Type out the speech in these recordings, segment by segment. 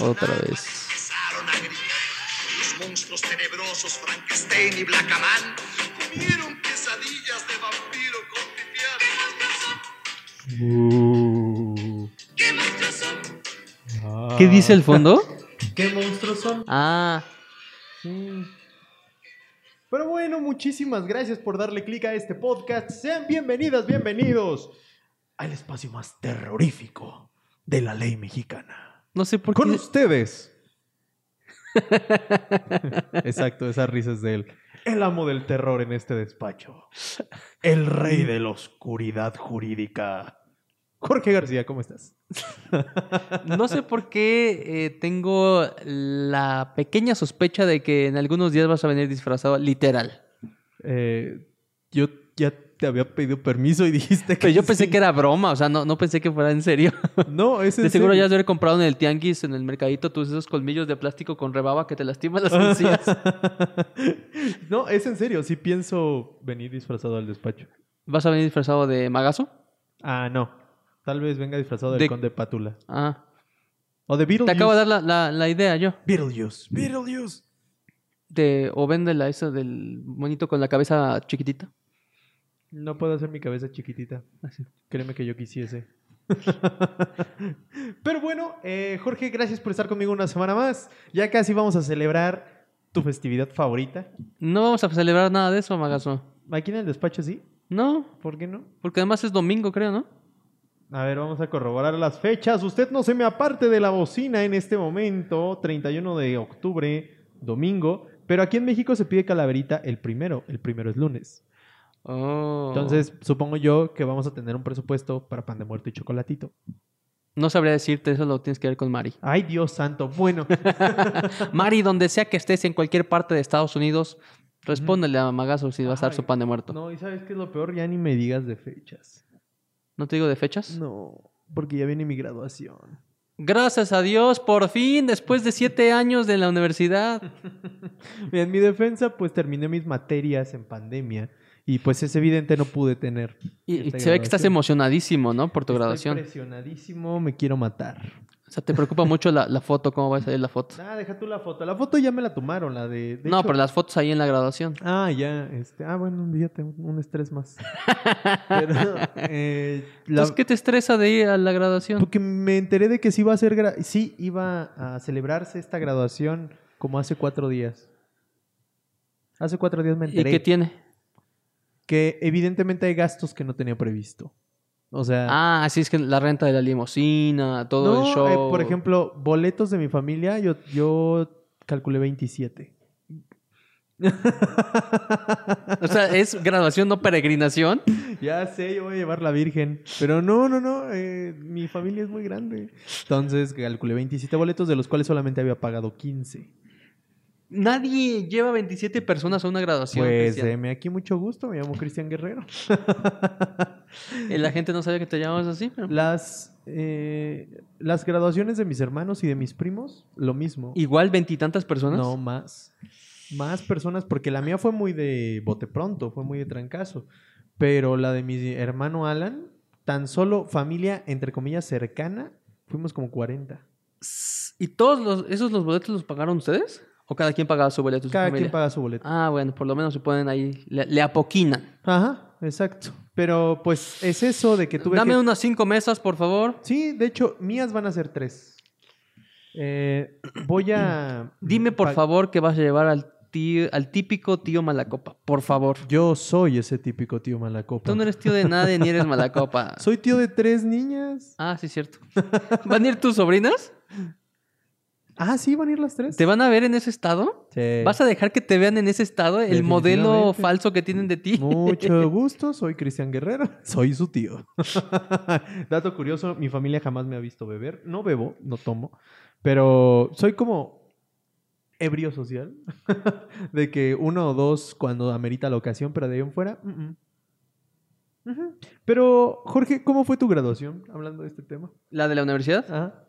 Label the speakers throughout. Speaker 1: Otra vez.
Speaker 2: Empezaron a gritar. Los monstruos tenebrosos Frankenstein y Blackaman comieron quesadillas de vampiro cotidiano.
Speaker 3: Uh,
Speaker 2: ¡Qué monstruos son!
Speaker 3: ah.
Speaker 1: ¿Qué dice el fondo?
Speaker 4: ¿Qué monstruos son?
Speaker 1: Ah,
Speaker 3: Pero bueno, muchísimas gracias por darle clic a este podcast. Sean bienvenidas, bienvenidos al espacio más terrorífico de la ley mexicana.
Speaker 1: no sé por
Speaker 3: Con
Speaker 1: qué.
Speaker 3: ustedes. Exacto, esas risas de él. El amo del terror en este despacho. El rey de la oscuridad jurídica. Jorge García, ¿cómo estás?
Speaker 1: No sé por qué eh, tengo la pequeña sospecha de que en algunos días vas a venir disfrazado literal.
Speaker 3: Eh, yo ya te había pedido permiso y dijiste que...
Speaker 1: Pero yo pensé que era broma, o sea, no, no pensé que fuera en serio.
Speaker 3: No, ese
Speaker 1: De seguro ya has de haber comprado en el tianguis, en el mercadito, todos esos colmillos de plástico con rebaba que te lastiman las encías.
Speaker 3: no, es en serio, sí pienso venir disfrazado al despacho.
Speaker 1: ¿Vas a venir disfrazado de magazo?
Speaker 3: Ah, no. Tal vez venga disfrazado del
Speaker 1: De-
Speaker 3: conde Pátula.
Speaker 1: Ah,
Speaker 3: O de Beetlejuice.
Speaker 1: te acabo de dar la, la- la idea yo.
Speaker 3: Beetlejuice. Beetlejuice.
Speaker 1: De, o véndela esa del monito con la cabeza chiquitita.
Speaker 3: No puedo hacer mi cabeza chiquitita.
Speaker 1: Así.
Speaker 3: Créeme que yo quisiese. Pero bueno, eh, Jorge, gracias por estar conmigo una semana más. Ya casi vamos a celebrar tu festividad favorita.
Speaker 1: No vamos a celebrar nada de eso, magazo.
Speaker 3: Aquí en el despacho, sí.
Speaker 1: No,
Speaker 3: ¿Por qué no?
Speaker 1: porque además es domingo, creo, ¿no?
Speaker 3: A ver, vamos a corroborar las fechas. Usted no se me aparte de la bocina en este momento, 31 de octubre, domingo. Pero aquí en México se pide calaverita el primero. El primero es lunes.
Speaker 1: Oh.
Speaker 3: Entonces, supongo yo que vamos a tener un presupuesto para pan de muerto y chocolatito.
Speaker 1: No sabría decirte, eso lo tienes que ver con Mari.
Speaker 3: Ay, Dios santo. Bueno,
Speaker 1: Mari, donde sea que estés en cualquier parte de Estados Unidos, respóndele a Magazo si vas a dar su
Speaker 3: Ay,
Speaker 1: pan de muerto. No.
Speaker 3: no, y sabes qué es lo peor, ya ni me digas de fechas.
Speaker 1: te digo de fechas?
Speaker 3: No, porque ya viene mi graduación.
Speaker 1: Gracias a Dios, por fin, después de siete años de la universidad.
Speaker 3: Mira, en mi defensa, pues terminé mis materias en pandemia y pues es evidente no pude tener.
Speaker 1: Y, y
Speaker 3: esta
Speaker 1: se ve que estás
Speaker 3: graduación.
Speaker 1: emocionadísimo, ¿no? Por tu graduación.
Speaker 3: Estoy presionadísimo, me quiero matar.
Speaker 1: O sea, te preocupa mucho la, la foto, cómo va a salir la foto.
Speaker 3: Ah, deja tú la foto. La foto ya me la tomaron, la de. de
Speaker 1: no,
Speaker 3: hecho-
Speaker 1: pero las fotos ahí en la graduación.
Speaker 3: Ah, ya. Este, ah, bueno, un día tengo un estrés más. Pero, eh, la-
Speaker 1: Entonces, Pues, ¿qué te estresa de ir a la graduación?
Speaker 3: Porque me enteré de que sí iba a ser. gra- Sí, iba a celebrarse esta graduación como hace cuatro días. Hace cuatro días me
Speaker 1: ¿Y
Speaker 3: enteré
Speaker 1: qué tiene?
Speaker 3: que evidentemente hay gastos que no tenía previsto. O sea.
Speaker 1: Ah, sí, es que la renta de la limusina, todo
Speaker 3: no,
Speaker 1: el
Speaker 3: eh,
Speaker 1: show.
Speaker 3: por ejemplo, boletos de mi familia, yo, yo calculé 27.
Speaker 1: O sea, ¿es graduación, no peregrinación?
Speaker 3: Ya sé, yo voy a llevar la Virgen. Pero no, no, no. eh, mi familia es muy grande. Entonces calculé 27 boletos, de los cuales solamente había pagado 15.
Speaker 1: Nadie lleva 27 personas a una graduación.
Speaker 3: Pues,
Speaker 1: Cristian.
Speaker 3: eh, me aquí mucho gusto. Me llamo Cristian Guerrero.
Speaker 1: Eh, La gente no sabía que te llamabas así. pero-
Speaker 3: Las, eh, las graduaciones de mis hermanos y de mis primos, lo mismo.
Speaker 1: Igual veintitantas personas.
Speaker 3: No, más. Más personas, porque la mía fue muy de bote pronto, fue muy de trancazo. Pero la de mi hermano Alan, tan solo familia, entre comillas, cercana, fuimos como 40.
Speaker 1: S- ¿Y todos los, esos los boletos los pagaron ustedes? ¿O cada quien pagaba su boleto? y su
Speaker 3: Cada
Speaker 1: Pues familia?
Speaker 3: quien paga su boleto.
Speaker 1: Ah, bueno, por lo menos se ponen ahí, le, le apoquinan.
Speaker 3: Ajá, exacto. Pero pues es eso de que tuve
Speaker 1: Dame
Speaker 3: que-
Speaker 1: unas cinco mesas, por favor.
Speaker 3: Sí, de hecho, mías van a ser tres. Eh, voy a...
Speaker 1: Dime, por
Speaker 3: pa-
Speaker 1: favor, que vas a llevar al, tío- al típico tío Malacopa. Por favor.
Speaker 3: Yo soy ese típico tío malacopa.
Speaker 1: Tú no eres tío de nadie ni eres Malacopa.
Speaker 3: Soy tío de tres niñas.
Speaker 1: Ah, sí, cierto. ¿Van a ir tus sobrinas?
Speaker 3: Ah, sí, van a ir las tres.
Speaker 1: ¿Te van a ver en ese estado?
Speaker 3: Sí.
Speaker 1: ¿Vas a dejar que te vean en ese estado el modelo
Speaker 3: Eh, Definitivamente.
Speaker 1: falso que tienen de ti?
Speaker 3: Mucho gusto, soy Cristian Guerrero. Soy su tío. Dato curioso, mi familia jamás me ha visto beber. No bebo, no tomo, pero soy como ebrio social. de que uno o dos cuando amerita la ocasión, pero de ahí en fuera. mm, mm. Ujú. Pero, Jorge, ¿cómo fue tu graduación hablando de este tema?
Speaker 1: ¿La de la universidad?
Speaker 3: Ah,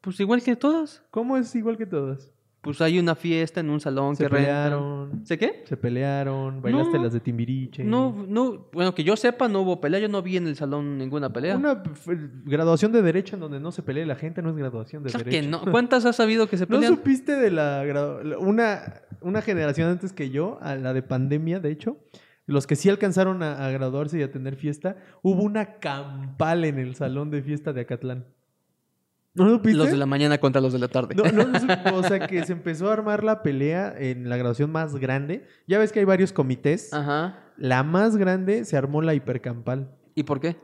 Speaker 1: Pues igual que todas.
Speaker 3: ¿Cómo es igual que todas?
Speaker 1: pues hay una fiesta en un salón
Speaker 3: Se
Speaker 1: que rentan.
Speaker 3: pelearon.
Speaker 1: ¿Sé qué?
Speaker 3: Se pelearon. Bailaste
Speaker 1: No.
Speaker 3: las de Timbiriche.
Speaker 1: No, no, bueno, que yo sepa, no hubo pelea. Yo no vi en el salón ninguna pelea.
Speaker 3: Una f- graduación de derecho en donde no se pelee la gente no es graduación de
Speaker 1: Claro que
Speaker 3: derecho.
Speaker 1: no. Pues ¿Cuántas has sabido que se
Speaker 3: ¿No
Speaker 1: pelean?
Speaker 3: supiste de la gra- la- una, una generación antes que yo, a la de pandemia, de hecho? Los que sí alcanzaron a, a graduarse y a tener fiesta, hubo una campal en el salón de fiesta de Acatlán. ¿No supiste?
Speaker 1: los de la mañana contra los de la tarde.
Speaker 3: No, no, no sup- o sea que se empezó a armar la pelea en la graduación más grande. Ya ves que hay varios comités.
Speaker 1: Ah. Ajá.
Speaker 3: La más grande se armó la hipercampal.
Speaker 1: ¿Y por qué?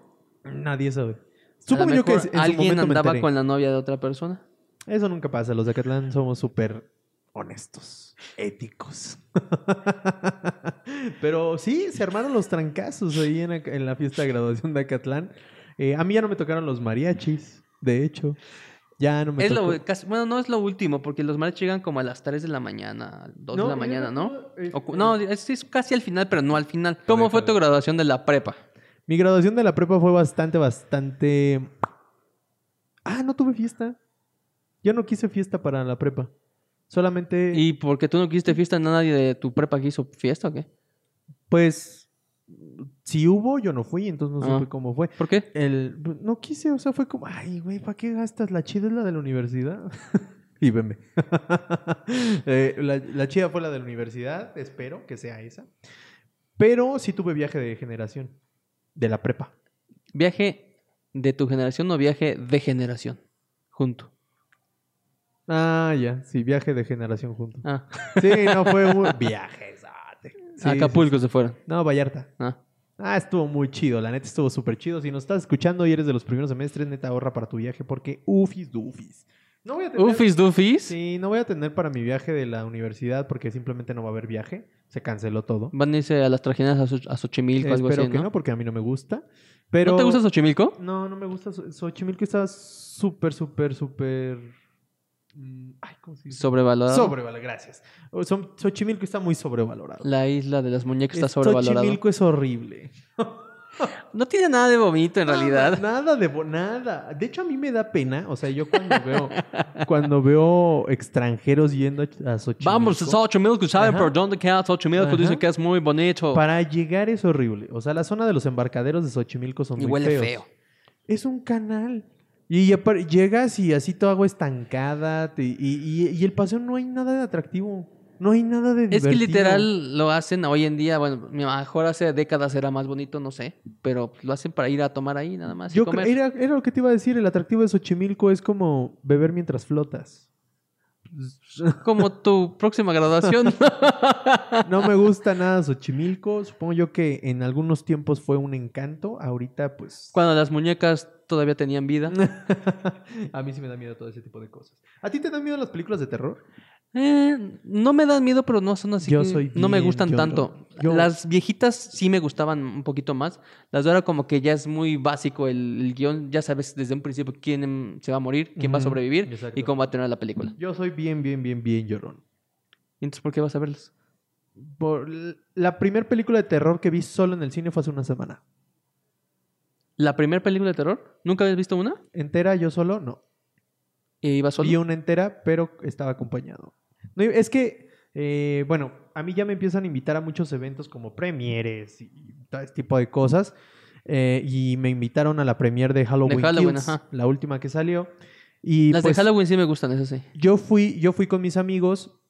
Speaker 3: Nadie sabe.
Speaker 1: A lo
Speaker 3: Supongo yo que
Speaker 1: mejor
Speaker 3: en su
Speaker 1: alguien
Speaker 3: momento me
Speaker 1: andaba
Speaker 3: enteré.
Speaker 1: con la novia de otra persona.
Speaker 3: Eso nunca pasa. Los de Acatlán somos súper honestos, éticos. Pero sí, se armaron los trancazos ahí en, Ac- en la fiesta de graduación de Acatlán. Eh, a mí ya no me tocaron los mariachis, de hecho. Ya no me
Speaker 1: Es lo-
Speaker 3: tocó.
Speaker 1: casi- bueno, no es lo último, porque los mariachis llegan como a las 3 de la mañana, 2 de la
Speaker 3: yo
Speaker 1: mañana, ¿no?
Speaker 3: recuerdo, este,
Speaker 1: O cu- no, es, es casi al final, pero no al final. ¿Cómo fue tu
Speaker 3: déjame.
Speaker 1: graduación de la prepa?
Speaker 3: Mi graduación de la prepa fue bastante, bastante... Ah, no tuve fiesta. Yo no quise fiesta para la prepa. Solamente...
Speaker 1: ¿Y porque tú no quisiste fiesta, no nadie de tu prepa que hizo fiesta o qué?
Speaker 3: Pues... Si hubo, yo no fui, entonces no
Speaker 1: Ah.
Speaker 3: supe cómo fue.
Speaker 1: ¿Por qué?
Speaker 3: El, pues, no quise, o sea, fue como, ay, güey, ¿para qué gastas? La chida es la de la universidad. y veme. Eh, la, la chida fue la de la universidad, espero que sea esa. Pero sí tuve viaje de generación, de la prepa.
Speaker 1: ¿Viaje de tu generación o viaje de generación? Junto.
Speaker 3: Ah, ya, sí, viaje de generación juntos.
Speaker 1: Ah,
Speaker 3: Sí, no fue un viaje.
Speaker 1: a Acapulco se fueron.
Speaker 3: No, Vallarta.
Speaker 1: Ah.
Speaker 3: Ah, estuvo muy chido, la neta estuvo súper chido. Si nos estás escuchando y eres de los primeros semestres, neta ahorra para tu viaje porque ufis dufis. No voy a tener
Speaker 1: Ufis dufis.
Speaker 3: Sí, no voy a tener para mi viaje de la universidad porque simplemente no va a haber viaje. Se canceló todo.
Speaker 1: Van a irse a las trajineras a, Xoch- a Xochimilco o algo
Speaker 3: Espero
Speaker 1: así,
Speaker 3: que
Speaker 1: ¿no?
Speaker 3: ¿no? porque a mí no me gusta. Pero...
Speaker 1: ¿No te gusta Xochimilco?
Speaker 3: No, no me gusta. Xo- Xochimilco está súper, súper, súper... mm, Ay, ¿cómo se dice?
Speaker 1: Sobrevalorado.
Speaker 3: Sobrevalorado, gracias. O son- Xochimilco está muy sobrevalorado.
Speaker 1: La isla de las muñecas está
Speaker 3: Es-
Speaker 1: sobrevalorado.
Speaker 3: Xochimilco es horrible.
Speaker 1: No tiene nada de bonito en realidad.
Speaker 3: Nada, nada de bo- nada. De hecho, a mí me da pena. O sea, yo cuando veo, cuando veo extranjeros yendo a Xochimilco...
Speaker 1: Vamos a Xochimilco, ¿saben
Speaker 3: Ajá.
Speaker 1: por dónde queda Xochimilco?
Speaker 3: Ajá.
Speaker 1: Dicen que es muy bonito.
Speaker 3: Para llegar es horrible. O sea, la zona de los embarcaderos de Xochimilco son
Speaker 1: y
Speaker 3: muy
Speaker 1: huele
Speaker 3: feos.
Speaker 1: feo.
Speaker 3: Es un canal. Y ya par- llegas y así toda agua estancada. te- y, y- y el paseo no hay nada de atractivo. No hay nada de
Speaker 1: Es
Speaker 3: divertido.
Speaker 1: que literal lo hacen hoy en día, bueno, a lo mejor hace décadas era más bonito, no sé, pero lo hacen para ir a tomar ahí nada más y
Speaker 3: Yo
Speaker 1: comer.
Speaker 3: cre- era, era lo que te iba a decir. El atractivo de Xochimilco es como beber mientras flotas.
Speaker 1: Como tu próxima graduación.
Speaker 3: No me gusta nada Xochimilco. Supongo yo que en algunos tiempos fue un encanto. Ahorita, pues.
Speaker 1: Cuando las muñecas todavía tenían vida.
Speaker 3: a mí sí me da miedo todo ese tipo de cosas. ¿A ti te dan miedo las películas de terror?
Speaker 1: Eh, no me dan miedo, pero no son así.
Speaker 3: Yo
Speaker 1: que
Speaker 3: soy
Speaker 1: no me
Speaker 3: bien
Speaker 1: gustan
Speaker 3: llorón.
Speaker 1: tanto.
Speaker 3: Yo-
Speaker 1: Las viejitas sí me gustaban un poquito más. Las de ahora como que ya es muy básico el, el guión. Ya sabes desde un principio quién mm, se va a morir, quién va a
Speaker 3: Ujú,
Speaker 1: sobrevivir y
Speaker 3: exacto.
Speaker 1: cómo va a terminar la película.
Speaker 3: Yo soy bien, bien, bien, bien llorón.
Speaker 1: Entonces, ¿por qué vas a verlas?
Speaker 3: Por l- la primera película de terror que vi solo en el cine fue hace una semana.
Speaker 1: ¿La primera película de terror? ¿Nunca habías visto una?
Speaker 3: ¿Entera yo solo? No.
Speaker 1: ¿Y ibas solo?
Speaker 3: Vi una entera, pero estaba acompañado. No, es que, eh, bueno, a mí ya me empiezan a invitar a muchos eventos como premieres y todo ese tipo de cosas. eh, y me invitaron a la premiere de Halloween,
Speaker 1: Halloween,
Speaker 3: Kills,
Speaker 1: ajá.
Speaker 3: la última que salió. Y
Speaker 1: Las
Speaker 3: pues,
Speaker 1: de Halloween sí me gustan, eso sí.
Speaker 3: Yo fui, yo fui con mis amigos,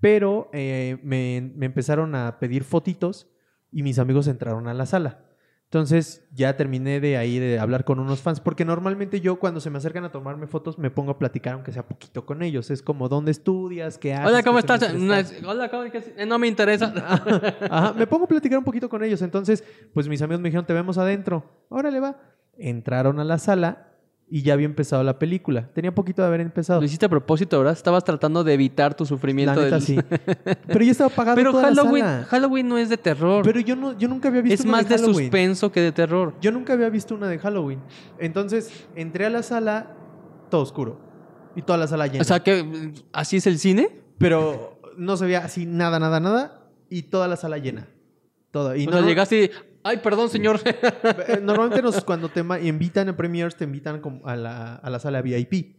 Speaker 3: pero eh, me, me empezaron a pedir fotitos y mis amigos entraron a la sala. Entonces ya terminé de ahí de hablar con unos fans, porque normalmente yo cuando se me acercan a tomarme fotos me pongo a platicar, aunque sea poquito con ellos. Es como, ¿dónde estudias? ¿Qué haces?
Speaker 1: Hola, ¿cómo
Speaker 3: ¿Qué
Speaker 1: estás?
Speaker 3: semestre
Speaker 1: Una- Hola, ¿cómo estás? Eh, No me interesa.
Speaker 3: Ajá, me pongo a platicar un poquito con ellos. Entonces, pues mis amigos me dijeron, te vemos adentro. Órale, va. Entraron a la sala y ya había empezado la película. Tenía poquito de haber
Speaker 1: Ah,
Speaker 3: empezado.
Speaker 1: Lo hiciste a propósito, ¿verdad? Estabas tratando de evitar tu
Speaker 3: La
Speaker 1: sufrimiento.
Speaker 3: neta,
Speaker 1: del-
Speaker 3: sí. Pero ya estaba pagado
Speaker 1: Pero
Speaker 3: toda la
Speaker 1: Halloween,
Speaker 3: sala.
Speaker 1: Halloween no es de terror.
Speaker 3: Pero yo no, yo nunca había visto
Speaker 1: Es
Speaker 3: una
Speaker 1: más de,
Speaker 3: Halloween.
Speaker 1: suspenso que de terror.
Speaker 3: Yo nunca había visto una de Halloween. Entonces, entré a la sala, todo oscuro. Y toda la sala llena.
Speaker 1: O sea que eh, así es el cine.
Speaker 3: pero no se veía así nada, nada, nada. Y toda la sala llena. Todo. Y
Speaker 1: Y
Speaker 3: no,
Speaker 1: llegaste y. Ay, perdón, señor.
Speaker 3: eh, Normalmente nos- cuando te ma- invitan a premiers, te invitan como a la, a la sala VIP.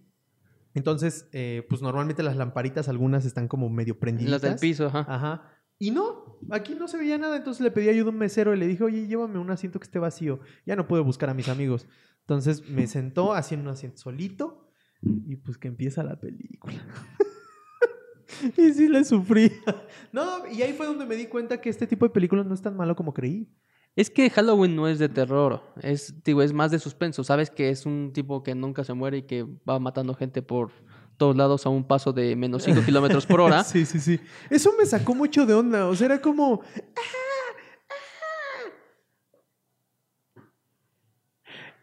Speaker 3: Entonces, eh, pues normalmente las lamparitas algunas están como medio prendidas.
Speaker 1: Las del piso, ajá.
Speaker 3: Ajá. Y no, aquí no se veía nada, entonces le pedí ayuda a un mesero y le dije, oye, llévame un asiento que esté vacío. Ya no pude buscar a mis amigos. Entonces me sentó así en un asiento solito y pues que empieza la película. y sí le sufrí. no, y ahí fue donde me di cuenta que este tipo de películas no es tan malo como creí.
Speaker 1: Es que Halloween no es de terror, es, digo, es más de suspenso. Sabes que es un tipo que nunca se muere y que va matando gente por todos lados a un paso de menos 5 kilómetros por hora.
Speaker 3: Sí, sí, sí. Eso me sacó mucho de onda. O sea, era como. "Ah,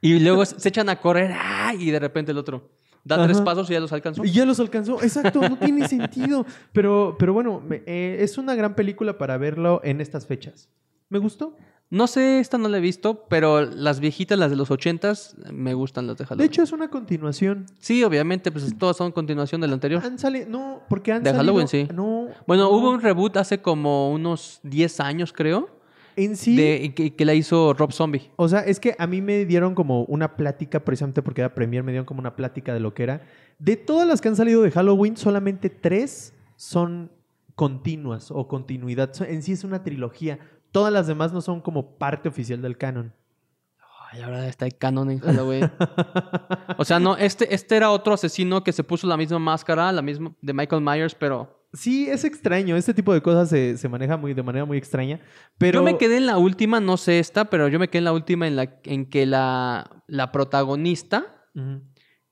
Speaker 1: Y luego se se echan a correr ¡ah! y de repente el otro da tres
Speaker 3: Ajá.
Speaker 1: pasos y ya los alcanzó.
Speaker 3: Y ya los alcanzó. Exacto, no tiene sentido. Pero, pero bueno, me- eh, es una gran película para verlo en estas fechas. ¿Me gustó?
Speaker 1: No sé, esta no la he visto, pero las viejitas, las de los ochentas, me gustan las de Halloween.
Speaker 3: De hecho, es una continuación.
Speaker 1: sí, obviamente, pues todas son continuación del anterior.
Speaker 3: Han salido. No, porque han
Speaker 1: De
Speaker 3: salido-
Speaker 1: Halloween, sí.
Speaker 3: No.
Speaker 1: Bueno,
Speaker 3: no.
Speaker 1: hubo un reboot hace como unos 10 años, creo,
Speaker 3: En sí.
Speaker 1: de, que, que la hizo Rob Zombie.
Speaker 3: O sea, es que a mí me dieron como una plática, precisamente porque era Premier, me dieron como una plática de lo que era. De todas las que han salido de Halloween, solamente tres son continuas o continuidad. So- En sí es una trilogía. Todas las demás no son como parte oficial del canon.
Speaker 1: Ay, la verdad está el canon en Halloween. o sea, no, este, este era otro asesino que se puso la misma máscara, la misma de Michael Myers, pero...
Speaker 3: Sí, es extraño. Este tipo de cosas se, se maneja muy, de manera muy extraña. Pero
Speaker 1: Yo me quedé en la última, no sé esta, pero yo me quedé en la última en la en que la, la protagonista,
Speaker 3: Ujú.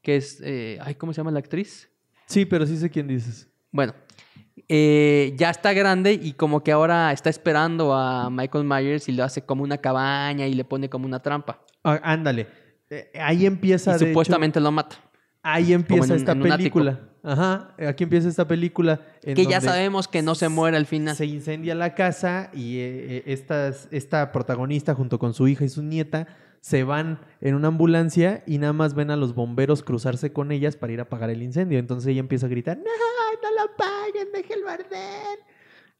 Speaker 1: que es... eh, ay, ¿cómo se llama la actriz?
Speaker 3: Sí, pero sí sé quién dices.
Speaker 1: Bueno, eh, ya está grande y como que ahora está esperando a Michael Myers y lo hace como una cabaña y le pone como una trampa.
Speaker 3: Ah, ándale. Eh, ahí empieza.
Speaker 1: Y
Speaker 3: de hecho-
Speaker 1: supuestamente lo mata.
Speaker 3: Ahí
Speaker 1: Como en
Speaker 3: empieza
Speaker 1: un-
Speaker 3: esta
Speaker 1: en un ático.
Speaker 3: película. Ajá, aquí empieza esta película. en
Speaker 1: Que ya
Speaker 3: donde
Speaker 1: sabemos que no se muere al final.
Speaker 3: Se incendia la casa y eh, eh, estas- esta protagonista junto con su hija y su nieta se van en una ambulancia y nada más ven a los bomberos cruzarse con ellas para ir a apagar el incendio. Entonces ella empieza a gritar, no, no lo apaguen, déjenlo arder.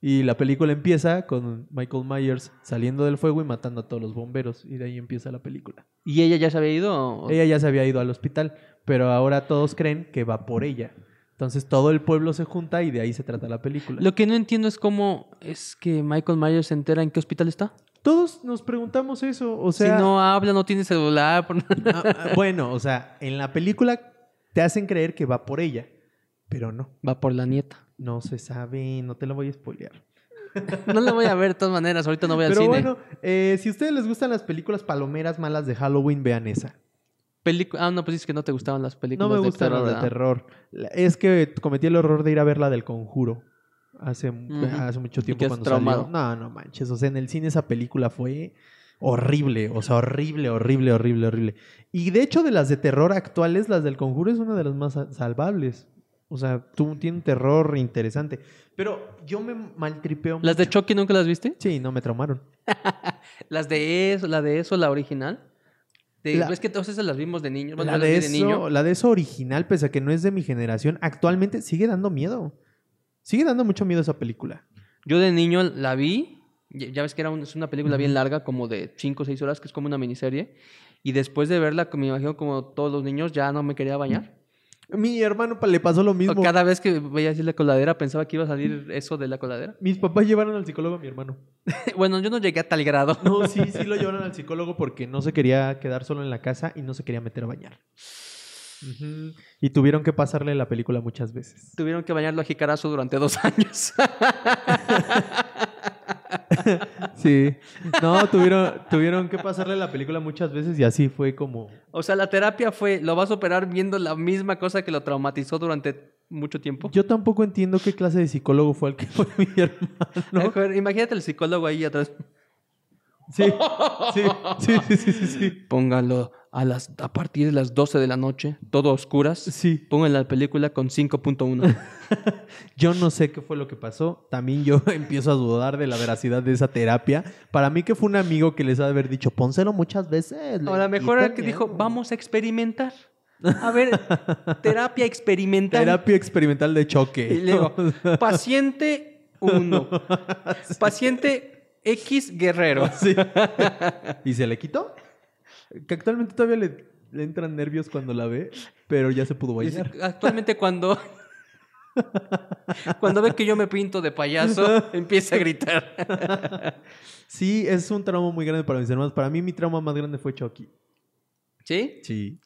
Speaker 3: Y la película empieza con Michael Myers saliendo del fuego y matando a todos los bomberos. Y de ahí empieza la película.
Speaker 1: ¿Y ella ya se había ido? o-
Speaker 3: Ella ya se había ido al hospital, pero ahora todos creen que va por ella. Entonces todo el pueblo se junta y de ahí se trata la película.
Speaker 1: Lo que no entiendo es cómo es que Michael Myers se entera en qué hospital está.
Speaker 3: Todos nos preguntamos eso, o sea,
Speaker 1: si no habla, no tiene celular. por-
Speaker 3: ah, ah, bueno, o sea, en la película te hacen creer que va por ella, pero no,
Speaker 1: Va por la nieta.
Speaker 3: no se sabe, no te lo voy a spoilear.
Speaker 1: No la voy a ver de todas maneras, ahorita no voy al
Speaker 3: Pero
Speaker 1: cine.
Speaker 3: bueno, eh, si a ustedes les gustan las películas palomeras malas de Halloween, vean esa.
Speaker 1: Pelicu- ah, no, pues es que no te gustaban las películas
Speaker 3: No me
Speaker 1: de
Speaker 3: gusta
Speaker 1: terror,
Speaker 3: la de
Speaker 1: ¿verdad?
Speaker 3: terror. La- Es que cometí el error de ir a ver la del conjuro hace,
Speaker 1: Ujú.
Speaker 3: hace mucho
Speaker 1: Y
Speaker 3: tiempo
Speaker 1: quedas
Speaker 3: cuando
Speaker 1: traumado.
Speaker 3: salió. No, no manches. O sea, en el cine esa película fue horrible. O sea, horrible, horrible, horrible, horrible. Y de hecho, de las de terror actuales, las del conjuro es una de las más sa- salvables. O sea, tú tienes un terror interesante. Pero yo me maltripeo.
Speaker 1: ¿Las de Chucky nunca las viste?
Speaker 3: Sí, no me traumaron.
Speaker 1: Las de eso, la de eso, la original. De,
Speaker 3: La-
Speaker 1: Es que todas esas las vimos de niño. Bueno,
Speaker 3: La
Speaker 1: yo las
Speaker 3: de,
Speaker 1: vi de niño.
Speaker 3: eso, la de eso original, pese a que no es de mi generación, actualmente sigue dando miedo. Sigue dando mucho miedo esa película.
Speaker 1: Yo de niño la vi. Ya ya ves que era un- es una película bien
Speaker 3: Ujú.
Speaker 1: larga, como de 5 o 6 horas, que es como una miniserie. Y después de verla, que me imagino como todos los niños, ya no me quería bañar.
Speaker 3: Mi hermano pa- le pasó lo mismo.
Speaker 1: Cada vez que veía así la coladera, pensaba que iba a salir eso de la coladera.
Speaker 3: Mis papás llevaron al psicólogo a mi hermano.
Speaker 1: bueno, yo no llegué a tal grado.
Speaker 3: No, sí, sí lo llevaron al psicólogo porque no se quería quedar solo en la casa y no se quería meter a bañar. Ujú. Y tuvieron que pasarle la película muchas veces.
Speaker 1: Tuvieron que bañarlo a jicarazo durante dos años.
Speaker 3: Sí. No, tuvieron, tuvieron que pasarle la película muchas veces y así fue como...
Speaker 1: o sea, la terapia fue, lo vas a operar viendo la misma cosa que lo traumatizó durante mucho tiempo.
Speaker 3: Yo tampoco entiendo qué clase de psicólogo fue el que fue mi hermano.
Speaker 1: Mejor, Imagínate el psicólogo ahí atrás.
Speaker 3: Sí, sí, sí, sí, sí, sí. sí.
Speaker 1: Póngalo a, las, a partir de las 12 de la noche, todo a oscuras.
Speaker 3: Sí.
Speaker 1: Pongan la película con 5.1.
Speaker 3: Yo no sé qué fue lo que pasó. También yo empiezo a dudar de la veracidad de esa terapia. Para mí que fue un amigo que les ha de haber dicho, pónselo muchas veces. le
Speaker 1: O a lo mejor
Speaker 3: quita
Speaker 1: el que dijo,
Speaker 3: miedo".
Speaker 1: vamos a experimentar. A ver, terapia experimental.
Speaker 3: Terapia experimental de choque.
Speaker 1: Y luego, paciente 1. Paciente X Guerrero.
Speaker 3: Sí. ¿Y se le quitó? Que actualmente todavía le le entran nervios cuando la ve, pero ya se pudo
Speaker 1: Dice,
Speaker 3: bañar.
Speaker 1: Actualmente cuando... Cuando ve que yo me pinto de payaso, empieza a gritar.
Speaker 3: Sí, es un trauma muy grande para mis hermanos. Para mí, mi trauma más grande fue Chucky.
Speaker 1: ¿Sí?
Speaker 3: Sí.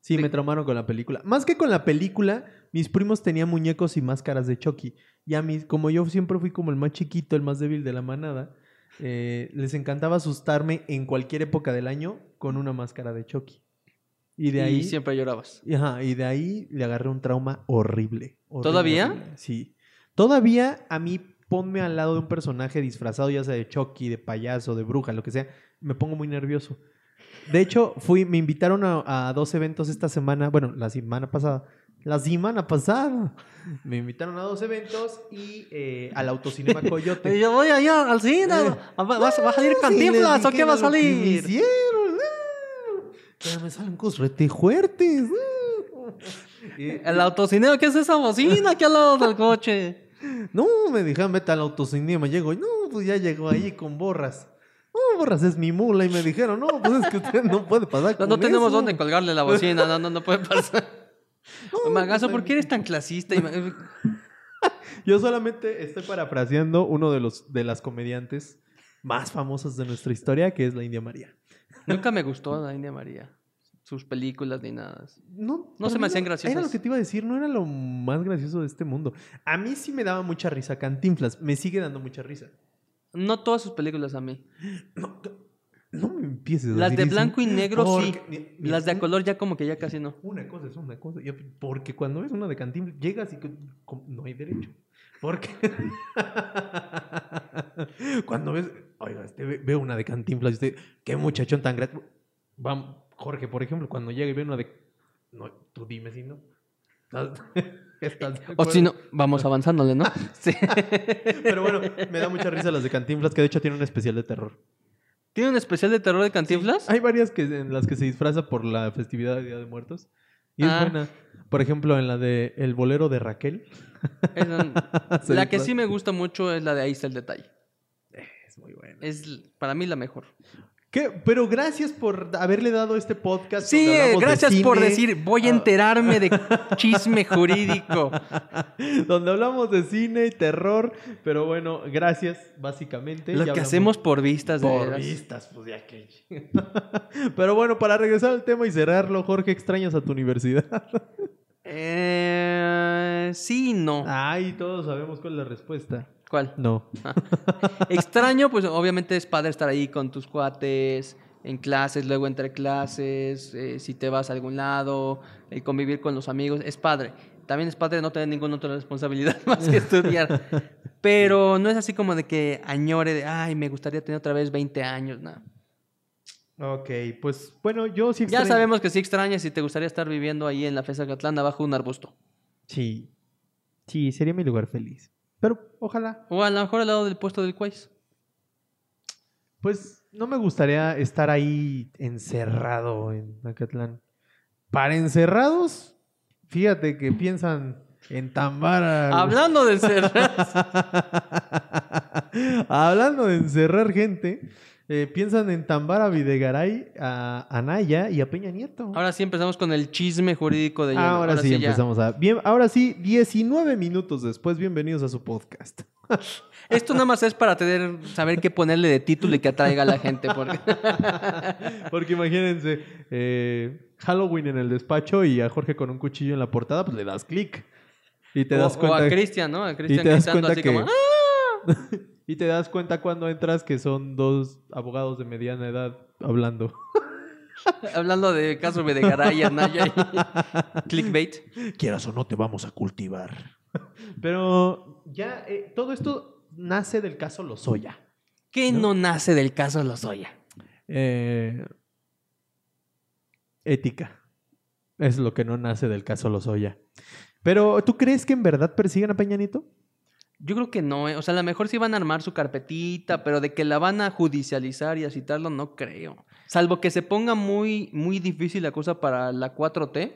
Speaker 3: Sí,
Speaker 1: Sí.
Speaker 3: me traumaron con la película. Más que con la película, mis primos tenían muñecos y máscaras de Chucky. Y a mí, como yo siempre fui como el más chiquito, el más débil de la manada, eh, les encantaba asustarme en cualquier época del año con una máscara de Chucky. Y de ahí.
Speaker 1: Y siempre llorabas.
Speaker 3: y ajá, y de ahí le agarré un trauma horrible. horrible,
Speaker 1: ¿Todavía?
Speaker 3: horrible. Sí. Todavía a mí ponme al lado de un personaje disfrazado, ya sea de Chucky, de payaso, de bruja, lo que sea, me pongo muy nervioso. De hecho, fui, me invitaron a, a dos eventos esta semana, bueno, la semana pasada. La semana pasada. Me invitaron a dos eventos y eh, al Autocinema Coyote.
Speaker 1: Yo voy allá al cine. ¿Vas, vas a salir
Speaker 3: Sí,
Speaker 1: cantinflas
Speaker 3: les
Speaker 1: o qué va a
Speaker 3: dijera lo que me
Speaker 1: salir?
Speaker 3: hicieron, ah, pero me salen cosas rete fuertes. ah. Y-
Speaker 1: El autocineo, ¿qué es esa bocina aquí al lado del coche?
Speaker 3: no, me dijeron, vete al autocinema. Llego, y no, pues ya llegó ahí con borras. No, borras es mi mula. Y me dijeron, no, pues es que usted no puede pasar.
Speaker 1: No,
Speaker 3: con
Speaker 1: no tenemos
Speaker 3: eso.
Speaker 1: dónde colgarle la bocina, no, no, no puede pasar.
Speaker 3: No,
Speaker 1: Magazo,
Speaker 3: pues,
Speaker 1: ¿por qué eres tan clasista? Y ma-
Speaker 3: Yo solamente estoy parafraseando uno de los de las comediantes más famosas de nuestra historia, que es la India María.
Speaker 1: Nunca me gustó la India María, sus películas ni nada.
Speaker 3: No,
Speaker 1: No se me
Speaker 3: para mí
Speaker 1: hacían
Speaker 3: Era
Speaker 1: graciosas.
Speaker 3: lo que te iba a decir, no era lo más gracioso de este mundo. A mí sí me daba mucha risa Cantinflas, me sigue dando mucha risa.
Speaker 1: No todas sus películas a mí.
Speaker 3: No, no me empieces a
Speaker 1: Las
Speaker 3: decir
Speaker 1: de
Speaker 3: eso.
Speaker 1: blanco y negro sí.
Speaker 3: Porque- mi- mi-
Speaker 1: Las de a
Speaker 3: un-
Speaker 1: color ya como que ya casi no.
Speaker 3: Una cosa es una cosa, y- porque cuando ves una de Cantinflas llegas y que- com- no hay derecho. Porque cuando ves, oiga, este ve- veo una de Cantinflas y usted, qué muchachón tan grato. Vamos, Jorge, por ejemplo, cuando llega y ve una de no, tú dime si no. ¿Estás- estás de
Speaker 1: O
Speaker 3: acuerdo?
Speaker 1: si no, vamos avanzándole, ¿no? Sí.
Speaker 3: Pero bueno, me da mucha risa las de Cantinflas, que de hecho tiene un especial de terror.
Speaker 1: ¿Tiene un especial de terror de Cantinflas?
Speaker 3: Hay varias que, en las que se disfraza por la festividad de Día de Muertos. Y
Speaker 1: Ah.
Speaker 3: es buena. Por ejemplo, en la de El bolero de Raquel.
Speaker 1: Esa-
Speaker 3: se
Speaker 1: La que sí
Speaker 3: disfraza.
Speaker 1: me gusta mucho es la de Ahí está el detalle.
Speaker 3: Es muy buena.
Speaker 1: Es para mí la mejor.
Speaker 3: ¿Qué? Pero gracias por haberle dado este podcast.
Speaker 1: Sí,
Speaker 3: donde hablamos de
Speaker 1: gracias por
Speaker 3: cine,
Speaker 1: decir, voy a
Speaker 3: Ah.
Speaker 1: enterarme de chisme jurídico.
Speaker 3: Donde hablamos de cine y terror. Pero bueno, gracias, básicamente.
Speaker 1: Lo que
Speaker 3: Ya Este, hablamos
Speaker 1: hacemos por vistas, de
Speaker 3: por
Speaker 1: veras.
Speaker 3: vistas, pues ya que. pero bueno, para regresar al tema y cerrarlo, Jorge, extrañas a tu universidad.
Speaker 1: Eh, sí, y no.
Speaker 3: Ay, todos sabemos cuál es la respuesta.
Speaker 1: ¿Cuál?
Speaker 3: No.
Speaker 1: Extraño, pues obviamente es padre estar ahí con tus cuates, en clases, luego entre clases, eh, si te vas a algún lado, el convivir con los amigos, es padre. También es padre no tener ninguna otra responsabilidad más que estudiar. Pero no es así como de que añore de, ay, me gustaría tener otra vez 20 años, no.
Speaker 3: Ok, pues bueno, yo sí
Speaker 1: Ya
Speaker 3: extraño-
Speaker 1: sabemos que sí extrañas y te gustaría estar viviendo ahí en la FESA Catlán, abajo de un arbusto.
Speaker 3: Sí. Sí, sería mi lugar feliz. Pero ojalá.
Speaker 1: O a lo mejor al lado del puesto del Quais.
Speaker 3: Pues no me gustaría estar ahí encerrado en Acatlán. Para encerrados, fíjate que piensan en Tambar. al-
Speaker 1: Hablando de encerrar.
Speaker 3: Hablando de encerrar gente, eh, piensan en Tambar a Videgaray, a Anaya y a Peña Nieto.
Speaker 1: Ahora sí empezamos con el chisme jurídico de Jonah.
Speaker 3: Ah, Ahora, sí,
Speaker 1: ya.
Speaker 3: empezamos a. Bien, ahora sí, 19 minutos después, bienvenidos a su podcast.
Speaker 1: Esto nada más es para tener, saber qué ponerle de título y que atraiga a la gente. Porque...
Speaker 3: Porque imagínense, eh, Halloween en el despacho y a Jorge con un cuchillo en la portada, pues le das clic. Y te
Speaker 1: o,
Speaker 3: das
Speaker 1: o
Speaker 3: cuenta.
Speaker 1: a Cristian, ¿no? A
Speaker 3: y
Speaker 1: Cristian
Speaker 3: te das
Speaker 1: gritando
Speaker 3: cuenta
Speaker 1: así
Speaker 3: que.
Speaker 1: como... "Ah".
Speaker 3: Y te das cuenta cuando entras que son dos abogados de mediana edad hablando.
Speaker 1: "Ah", Hablando de caso Videgaray, Anaya y clickbait.
Speaker 2: Quieras o no, te vamos a cultivar.
Speaker 3: Pero ya eh, todo esto nace del caso Lozoya.
Speaker 1: ¿Qué no, nace del caso Lozoya?
Speaker 3: Eh, ética. Es lo que no nace del caso Lozoya. Pero, ¿tú crees que en verdad persiguen a Peñanito?
Speaker 1: Yo creo que no, ¿eh? o sea, a lo mejor sí van a armar su carpetita, pero de que la van a judicializar y a citarlo, no creo. Salvo que se ponga muy, muy difícil la cosa para la 4T,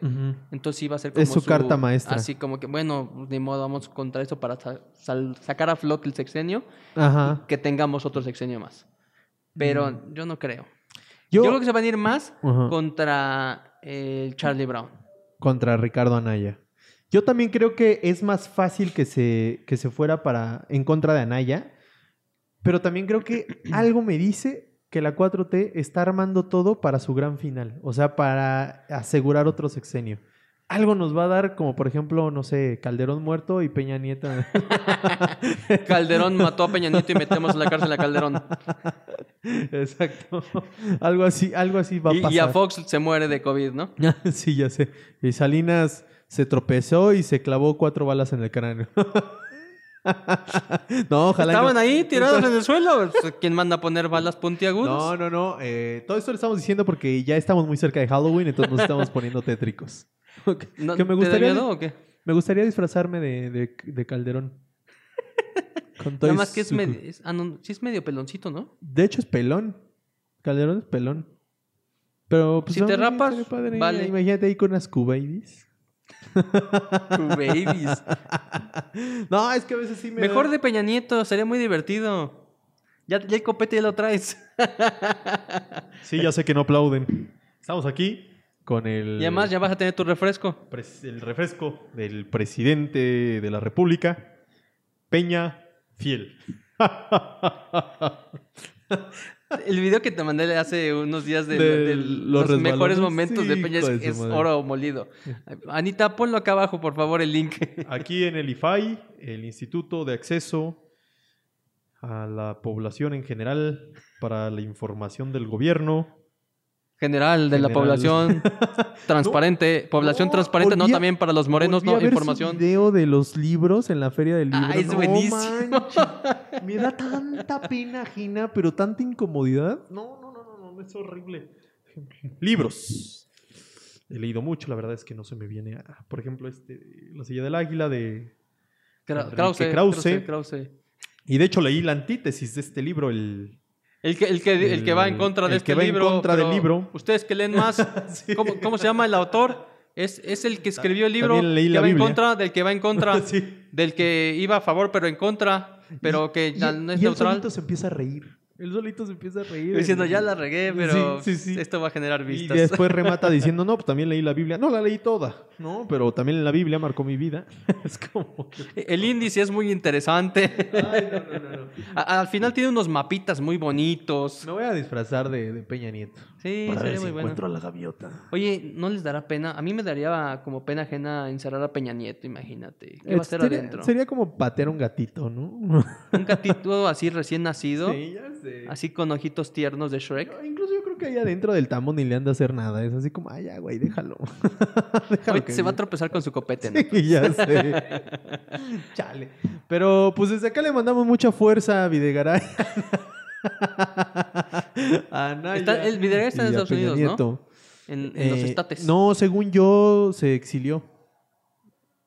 Speaker 1: entonces sí va a ser como
Speaker 3: Es su carta maestra.
Speaker 1: Así como que, bueno, ni modo, vamos contra eso para sa- sal- sacar a flote el sexenio,
Speaker 3: Ajá.
Speaker 1: que tengamos otro sexenio más. Pero
Speaker 3: Mm.
Speaker 1: yo no creo. Yo,
Speaker 3: Yo,
Speaker 1: creo que se van a ir más
Speaker 3: Ajá.
Speaker 1: contra el Charlie Brown.
Speaker 3: contra Ricardo Anaya. Yo también creo que es más fácil que se, que se fuera para, en contra de Anaya, pero también creo que algo me dice que la 4T está armando todo para su gran final, o sea, para asegurar otro sexenio. Algo nos va a dar, como por ejemplo, no sé, Calderón muerto y Peña Nieta.
Speaker 1: Calderón mató a Peña Nieto y metemos en la cárcel a Calderón.
Speaker 3: Exacto. Algo así, algo así va a pasar.
Speaker 1: Y, y a Fox se muere de COVID, ¿no?
Speaker 3: sí, ya sé. Y Salinas se tropezó y se clavó cuatro balas en el cráneo. no, ojalá. y no.
Speaker 1: Estaban ahí tirados en el suelo. ¿Quién manda a poner balas puntiagudas?
Speaker 3: No, no, no. eh, todo esto lo estamos diciendo porque ya estamos muy cerca de Halloween, entonces nos estamos poniendo tétricos.
Speaker 1: No,
Speaker 3: que me
Speaker 1: ¿te da
Speaker 3: gustaría-
Speaker 1: miedo o qué?
Speaker 3: Me gustaría disfrazarme de, de- de Calderón. Con todo
Speaker 1: Nada
Speaker 3: y
Speaker 1: más que es
Speaker 3: su-
Speaker 1: medio, es- ah, no, sí es medio peloncito, ¿no?
Speaker 3: De hecho, es pelón. Calderón es pelón. Pero pues,
Speaker 1: Si te
Speaker 3: hombre,
Speaker 1: rapas,
Speaker 3: estaría padre.
Speaker 1: vale.
Speaker 3: Imagínate ahí con unas cubabies.
Speaker 1: Tu babies.
Speaker 3: No, es que a veces sí me.
Speaker 1: Mejor
Speaker 3: da-
Speaker 1: de Peña Nieto, sería muy divertido. Ya, ya el copete ya lo traes.
Speaker 3: Sí, ya sé que no aplauden. Estamos aquí con el.
Speaker 1: Y además ya vas a tener tu refresco.
Speaker 3: pres- el refresco del presidente de la República, Peña Fiel.
Speaker 1: El video que te mandé hace unos días de,
Speaker 3: De
Speaker 1: de los,
Speaker 3: los
Speaker 1: mejores
Speaker 3: resbalones.
Speaker 1: momentos de
Speaker 3: Sí,
Speaker 1: Peña es,
Speaker 3: hijo de su
Speaker 1: es
Speaker 3: madre.
Speaker 1: oro molido. Anita, ponlo acá abajo, por favor, el link.
Speaker 3: Aquí en el IFAI, el Instituto de Acceso a la Población en General para la Información del Gobierno.
Speaker 1: General de la
Speaker 3: General.
Speaker 1: población transparente. población
Speaker 3: no,
Speaker 1: transparente, no
Speaker 3: olvida-
Speaker 1: también para los morenos,
Speaker 3: Volví a
Speaker 1: no,
Speaker 3: ver su
Speaker 1: información.
Speaker 3: video de los libros en la Feria del Libro.
Speaker 1: Ah, es
Speaker 3: No
Speaker 1: buenísimo.
Speaker 3: manches. Me da tanta pena ajena, pero tanta incomodidad. No, no, no, no, no, es horrible. Libros. He leído mucho, la verdad es que no se me viene. a- por ejemplo, este, La silla del águila de.
Speaker 1: Cra-
Speaker 3: Enrique
Speaker 1: Krause,
Speaker 3: Krause.
Speaker 1: Krause, Krause.
Speaker 3: Y de hecho leí la antítesis de este libro, el.
Speaker 1: El que, el, que, el que va en contra de
Speaker 3: El que
Speaker 1: este
Speaker 3: va en
Speaker 1: libro.
Speaker 3: contra del
Speaker 1: pero
Speaker 3: libro.
Speaker 1: Ustedes que leen más,
Speaker 3: Sí.
Speaker 1: ¿cómo, cómo se llama el autor? Es, es el que escribió el libro
Speaker 3: También leí
Speaker 1: que
Speaker 3: la
Speaker 1: va en
Speaker 3: Biblia.
Speaker 1: contra del que va en contra,
Speaker 3: Sí.
Speaker 1: del que iba a favor pero en contra, pero que ya
Speaker 3: Y-
Speaker 1: no es
Speaker 3: y Él
Speaker 1: neutral.
Speaker 3: solito se empieza a reír. Él solito se empieza a reír.
Speaker 1: Diciendo,
Speaker 3: en-
Speaker 1: ya la regué, pero
Speaker 3: Sí, sí, sí.
Speaker 1: esto va a generar
Speaker 3: Y
Speaker 1: vistas.
Speaker 3: después remata diciendo, no, pues también leí la Biblia. No la leí toda, ¿no? Pero también la Biblia marcó mi vida. es como.
Speaker 1: El índice es muy interesante.
Speaker 3: Ay, no, no, no, no.
Speaker 1: A- Al final tiene unos mapitas muy bonitos.
Speaker 3: Me voy a disfrazar de, de Peña Nieto.
Speaker 1: Sí,
Speaker 3: para ver
Speaker 1: sería
Speaker 3: si
Speaker 1: muy bueno.
Speaker 3: encuentro a la gaviota.
Speaker 1: Oye, ¿no les dará pena? A mí me daría como pena ajena encerrar a Peña Nieto, imagínate. ¿Qué va a hacer
Speaker 3: Este sería,
Speaker 1: adentro?
Speaker 3: sería como patear un gatito, ¿no?
Speaker 1: Un gatito así recién nacido,
Speaker 3: ya sé.
Speaker 1: así con ojitos tiernos de Shrek.
Speaker 3: No, incluso yo creo que ahí adentro del tambo ni le han de hacer nada. Es así como, ay, ya, güey, déjalo. Déjalo
Speaker 1: Hoy
Speaker 3: que
Speaker 1: se va a
Speaker 3: viva.
Speaker 1: tropezar con su copete, ¿no?
Speaker 3: Sí, ya sé. Chale. Pero pues desde acá le mandamos mucha fuerza a Videgaray. a Anaya
Speaker 1: Está- el Videgaray está en
Speaker 3: y a
Speaker 1: Estados
Speaker 3: Peña
Speaker 1: Unidos, ¿no?
Speaker 3: Nieto.
Speaker 1: En, en los
Speaker 3: Eh,
Speaker 1: estates.
Speaker 3: No, según yo, se exilió.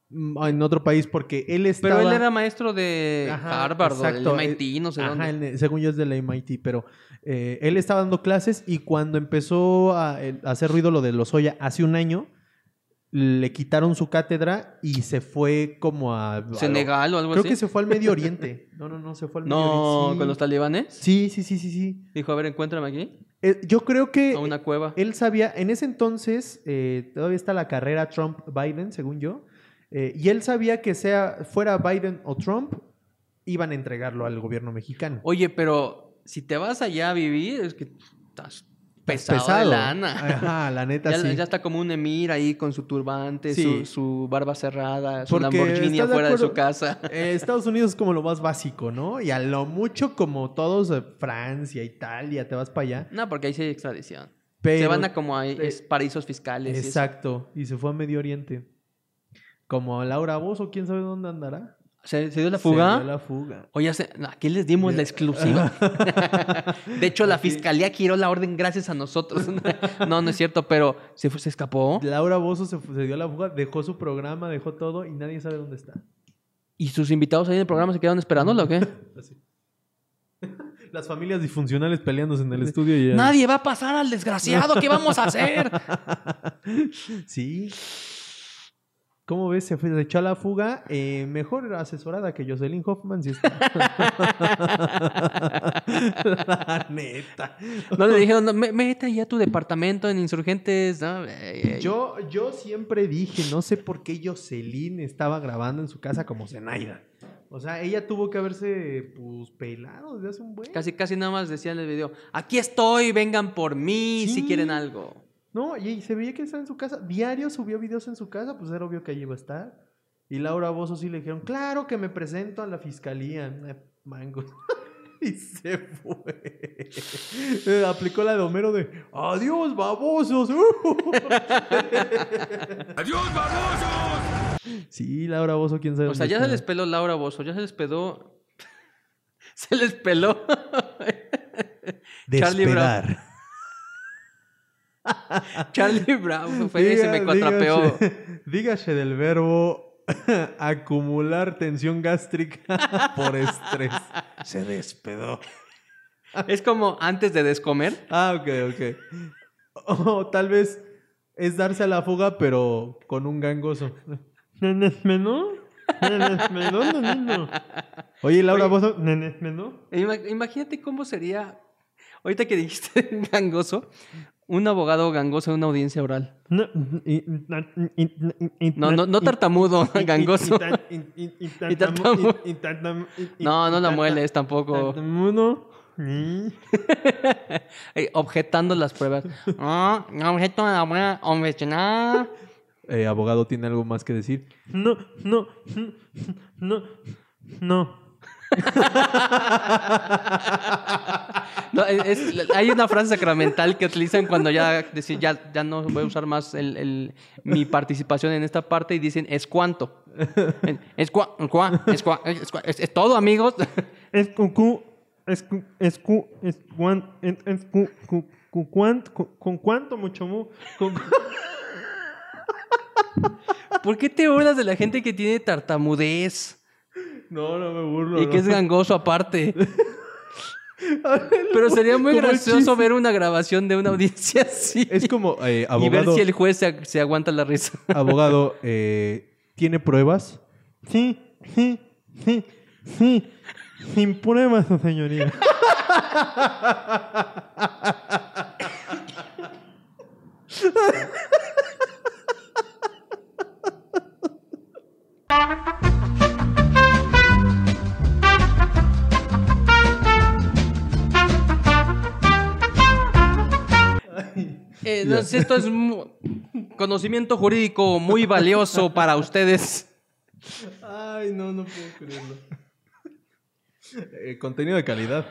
Speaker 3: Mm, En otro país, porque él estaba...
Speaker 1: Pero él era maestro de
Speaker 3: Ajá,
Speaker 1: Harvard
Speaker 3: exacto,
Speaker 1: o del MIT, no sé
Speaker 3: Ajá,
Speaker 1: dónde.
Speaker 3: él- según yo es de la MIT, pero eh, él estaba dando clases y cuando empezó a, el- a hacer ruido lo de Lozoya hace un año, le quitaron su cátedra y se fue como a... a lo-
Speaker 1: Senegal o algo
Speaker 3: creo
Speaker 1: así.
Speaker 3: que se fue al Medio Oriente. No, no, no, se fue al Medio
Speaker 1: No,
Speaker 3: Oriente. Sí.
Speaker 1: con los talibanes.
Speaker 3: Sí, sí, sí, sí, sí.
Speaker 1: Dijo, a ver, encuéntrame aquí.
Speaker 3: Eh, yo creo que
Speaker 1: A una cueva.
Speaker 3: él sabía, en ese entonces, eh, todavía está la carrera Trump-Biden, según yo, eh, y él sabía que sea fuera Biden o Trump, iban a entregarlo al gobierno mexicano.
Speaker 1: Oye, pero si te vas allá a vivir, es que estás pesado, de lana.
Speaker 3: Ajá, la neta
Speaker 1: Ya,
Speaker 3: sí.
Speaker 1: ya está como un emir ahí con su turbante,
Speaker 3: Sí.
Speaker 1: su, su barba cerrada, su
Speaker 3: Porque
Speaker 1: Lamborghini
Speaker 3: estás de
Speaker 1: afuera de, su
Speaker 3: acuerdo-
Speaker 1: casa.
Speaker 3: Eh, Estados Unidos es como lo más básico, ¿no? Y a lo mucho como todos, eh, Francia, Italia, te vas para allá.
Speaker 1: No, porque ahí sí hay extradición.
Speaker 3: Pero,
Speaker 1: Se van a como a es-
Speaker 3: eh,
Speaker 1: paraísos fiscales. y eso.
Speaker 3: Exacto, y se fue a Medio Oriente. Como Laura Bozo, quién sabe dónde andará.
Speaker 1: ¿Se, se dio la
Speaker 3: Se
Speaker 1: fuga?
Speaker 3: dio la fuga.
Speaker 1: Oye, hace- no, aquí les dimos la exclusiva. de hecho, la fiscalía giró la orden gracias a nosotros. no, no es cierto, pero se, fue- se escapó.
Speaker 3: Laura Bozo se, fu- se dio la fuga, dejó su programa, dejó todo y nadie sabe dónde está.
Speaker 1: ¿Y sus invitados ahí en el programa se quedaron esperándola o qué?
Speaker 3: Así. Las familias disfuncionales peleándose en el estudio y ella-
Speaker 1: Nadie va a pasar al desgraciado. ¿Qué vamos a hacer?
Speaker 3: Sí. ¿Cómo ves? Se, fue, se echó a la fuga. eh, mejor asesorada que Jocelyn Hoffman. sí está. La neta.
Speaker 1: No le dijeron, no, "Me- mete ya tu departamento en insurgentes. ¿no? Eh, eh,
Speaker 3: Yo, yo siempre dije, no sé por qué Jocelyn estaba grabando en su casa como Zenaida. O sea, ella tuvo que haberse, pues, pelado desde hace un buen.
Speaker 1: Casi, casi nada más decía en el video, aquí estoy, vengan por mí si
Speaker 3: Sí.
Speaker 1: quieren algo.
Speaker 3: No, y y se veía que estaba en su casa. Diario subió videos en su casa, pues era obvio que allí iba a estar. Y Laura Bozo sí le dijeron, claro que me presento a la fiscalía. Eh, Mango. y se fue. Eh, Aplicó la de Homero de, adiós, babosos.
Speaker 2: ¡Adiós, babosos!
Speaker 3: sí, Laura Bozo, quién sabe.
Speaker 1: O sea,
Speaker 3: dónde
Speaker 1: ya se
Speaker 3: está.
Speaker 1: les peló Laura Bozo, ya se les peló. se les peló. Charlie Brown.
Speaker 3: Despedar.
Speaker 1: Charlie Brown fue y se me
Speaker 3: Diga-
Speaker 1: cuatrapeó.
Speaker 3: dígase- dígase del verbo acumular tensión gástrica por estrés. se despedó.
Speaker 1: Es como antes de descomer.
Speaker 3: Ah, ok, ok. O tal vez es darse a la fuga, pero con un gangoso. ¿Nenesmenú? ¿Nenesmenú, nenino? Oye, Laura,
Speaker 1: Oye.
Speaker 3: ¿vos sos nenesmenú?
Speaker 1: E Ima- Imagínate cómo sería, ahorita que dijiste gangoso, un abogado gangoso en una audiencia oral.
Speaker 3: No, y- y- y- y-
Speaker 1: No, no, no tartamudo,
Speaker 3: y- y-
Speaker 1: gangoso.
Speaker 3: y- y- y- y-
Speaker 1: Y tartamudo.
Speaker 3: y- y- tartam- y- y-
Speaker 1: No, no la
Speaker 3: tartam-
Speaker 1: mueles tampoco.
Speaker 3: tartamudo. Mm.
Speaker 1: Eh, Objetando las pruebas. Ah, objeto a la buena objecionada.
Speaker 3: Eh, abogado tiene algo más que decir. No, no, no, no.
Speaker 1: No, es- es- hay una frase sacramental que utilizan cuando ya decir ya, ya no voy a usar más el- el- mi participación en esta parte y dicen es cuánto. Es cua, cua- es, cua- es cua- es- es todo, amigos.
Speaker 4: Es cucú, es cu, es cu, es cuan, es, es cu, cu, cu, cuan- cu- con cuánto mucho mu, con,
Speaker 1: ¿Por qué te burlas de la gente que tiene tartamudez
Speaker 3: No, no me burlo.
Speaker 1: y que es
Speaker 3: no.
Speaker 1: gangoso aparte? Pero sería muy
Speaker 3: Como el
Speaker 1: gracioso
Speaker 3: chiste.
Speaker 1: ver una grabación de una audiencia así.
Speaker 3: Es como
Speaker 1: Y
Speaker 3: eh,
Speaker 1: ver
Speaker 3: abogado.
Speaker 1: si el juez se, se aguanta la risa.
Speaker 3: Abogado, eh, ¿tiene pruebas?
Speaker 4: sí, sí, sí, sí, sin pruebas, su señoría.
Speaker 1: Eh, no sé, esto es mu- conocimiento jurídico muy valioso para ustedes.
Speaker 3: Ay, no, no puedo creerlo. Eh, contenido de calidad.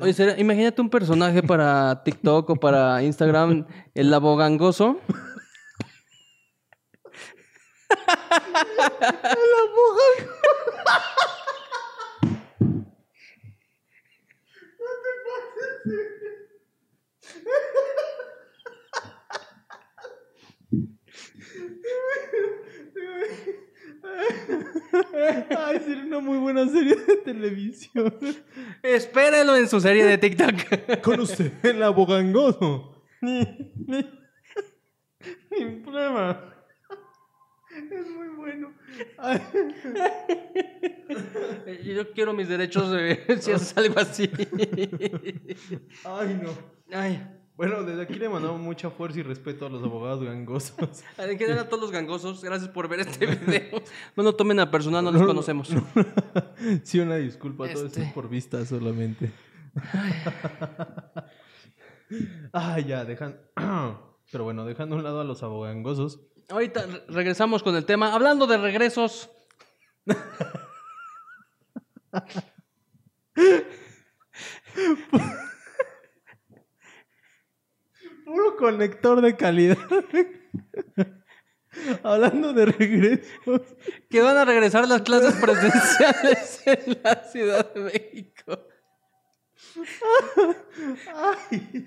Speaker 1: Oye, ¿será- imagínate un personaje para TikTok o para Instagram, el abogangoso.
Speaker 3: Ay, sería una muy buena serie de televisión.
Speaker 1: Espérenlo en su serie de TikTok.
Speaker 3: Con usted, el abogangoso.
Speaker 4: Ni, ni, sin pruebas.
Speaker 3: Es muy bueno. Ay,
Speaker 1: Yo quiero mis derechos eh, si es algo así.
Speaker 3: ay, no.
Speaker 1: Ay,
Speaker 3: Bueno, desde aquí le mandamos mucha fuerza y respeto a los abogados gangosos.
Speaker 1: en general a todos los gangosos, gracias por ver este video. No lo tomen a personal, no los conocemos.
Speaker 3: Sí, una disculpa, todo esto
Speaker 1: Este.
Speaker 3: es por vista solamente. ah, ya, dejan. Pero bueno, dejando a un lado a los abogangosos.
Speaker 1: Ahorita re- regresamos con el tema. Hablando de regresos.
Speaker 3: Puro conector de calidad. Hablando de regresos.
Speaker 1: que van a regresar las clases presenciales en la Ciudad de México.
Speaker 3: Ay,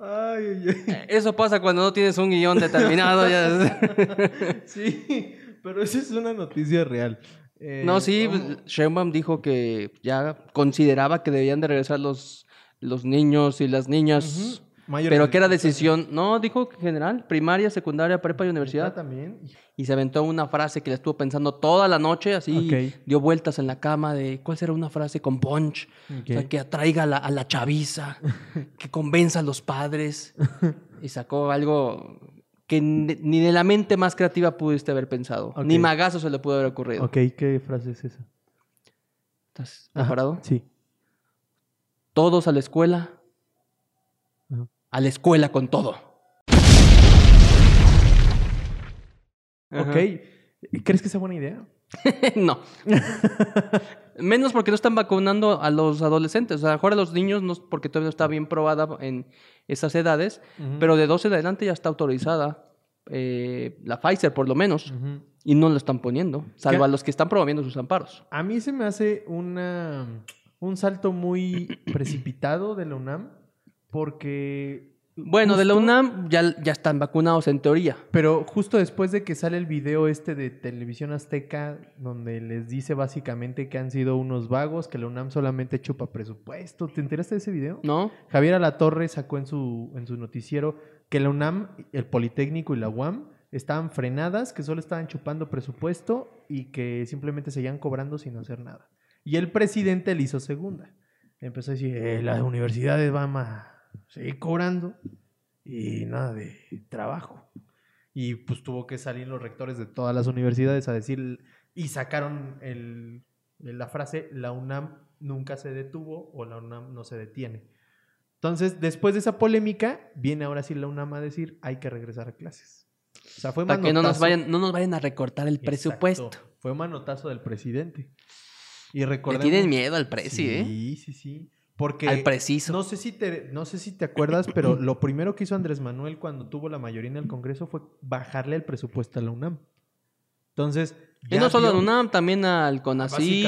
Speaker 3: ay, ay,
Speaker 1: Eso pasa cuando no tienes un guión determinado. ya-
Speaker 3: ay. Sí, pero esa es una noticia real. Eh,
Speaker 1: No, sí,
Speaker 3: vamos-
Speaker 1: pues, Sheinbaum dijo que ya consideraba que debían de regresar pues, los, los niños y las niñas
Speaker 3: Ujú. Mayor
Speaker 1: Pero que era decisión, no, dijo que general, primaria, secundaria, prepa y universidad.
Speaker 3: Ah, también.
Speaker 1: Y se aventó una frase que la estuvo pensando toda la noche, así
Speaker 3: Ok.
Speaker 1: dio vueltas en la cama de cuál será una frase con punch, o sea,
Speaker 3: Ok.
Speaker 1: que atraiga a la, a la chaviza, que convenza a los padres. Y sacó algo que ni ni de la mente más creativa pudiste haber pensado,
Speaker 3: Ok.
Speaker 1: ni magazo se le pudo haber ocurrido.
Speaker 3: Ok, ¿qué frase es esa?
Speaker 1: ¿Estás
Speaker 3: Ajá,
Speaker 1: preparado?
Speaker 3: Sí.
Speaker 1: Todos a la escuela,
Speaker 3: Ajá.
Speaker 1: a la escuela con todo. Ajá.
Speaker 3: Ok. ¿Crees que sea buena idea?
Speaker 1: no. Menos porque no están vacunando a los adolescentes. O sea, a lo mejor a los niños, no, porque todavía no está bien probada en esas edades, pero de 12 en adelante ya está autorizada eh, la Pfizer, por lo menos,
Speaker 3: Ujú.
Speaker 1: y no lo están poniendo, salvo
Speaker 3: ¿Qué?
Speaker 1: a los que están promoviendo sus amparos.
Speaker 3: A mí se me hace una, un salto muy precipitado de la UNAM porque...
Speaker 1: Bueno, de la
Speaker 3: justo-
Speaker 1: UNAM ya, ya están vacunados en teoría.
Speaker 3: Pero justo después de que sale el video este de Televisión Azteca, donde les dice básicamente que han sido unos vagos, que la UNAM solamente chupa presupuesto. ¿Te enteraste de ese video?
Speaker 1: ¿No?
Speaker 3: Javier Alatorre sacó en su, en su noticiero que la UNAM, el Politécnico y la UAM estaban frenadas, que solo estaban chupando presupuesto y que simplemente seguían cobrando sin hacer nada. Y el presidente le hizo segunda. Empezó a decir, "Eh, las universidades van a seguir cobrando y nada de trabajo. Y pues tuvo que salir los rectores de todas las universidades a decir, y sacaron el- la frase, la UNAM nunca se detuvo o la UNAM no se detiene. Entonces, después de esa polémica, viene ahora sí la UNAM a decir, hay que regresar a clases. O sea, fue
Speaker 1: Para que no nos,
Speaker 3: manotazo.
Speaker 1: vayan, no nos vayan a recortar el presupuesto.
Speaker 3: Exacto. Fue un manotazo del presidente. Y
Speaker 1: Le
Speaker 3: recordemos...
Speaker 1: tienen miedo al preci, ¿eh?
Speaker 3: Sí, sí, sí. Porque...
Speaker 1: Al preciso.
Speaker 3: No sé, si te, no sé si te acuerdas, pero lo primero que hizo Andrés Manuel cuando tuvo la mayoría en el Congreso fue bajarle el presupuesto a la UNAM. Entonces,
Speaker 1: y no solo a
Speaker 3: dio-
Speaker 1: la UNAM, también al
Speaker 3: Básicamente a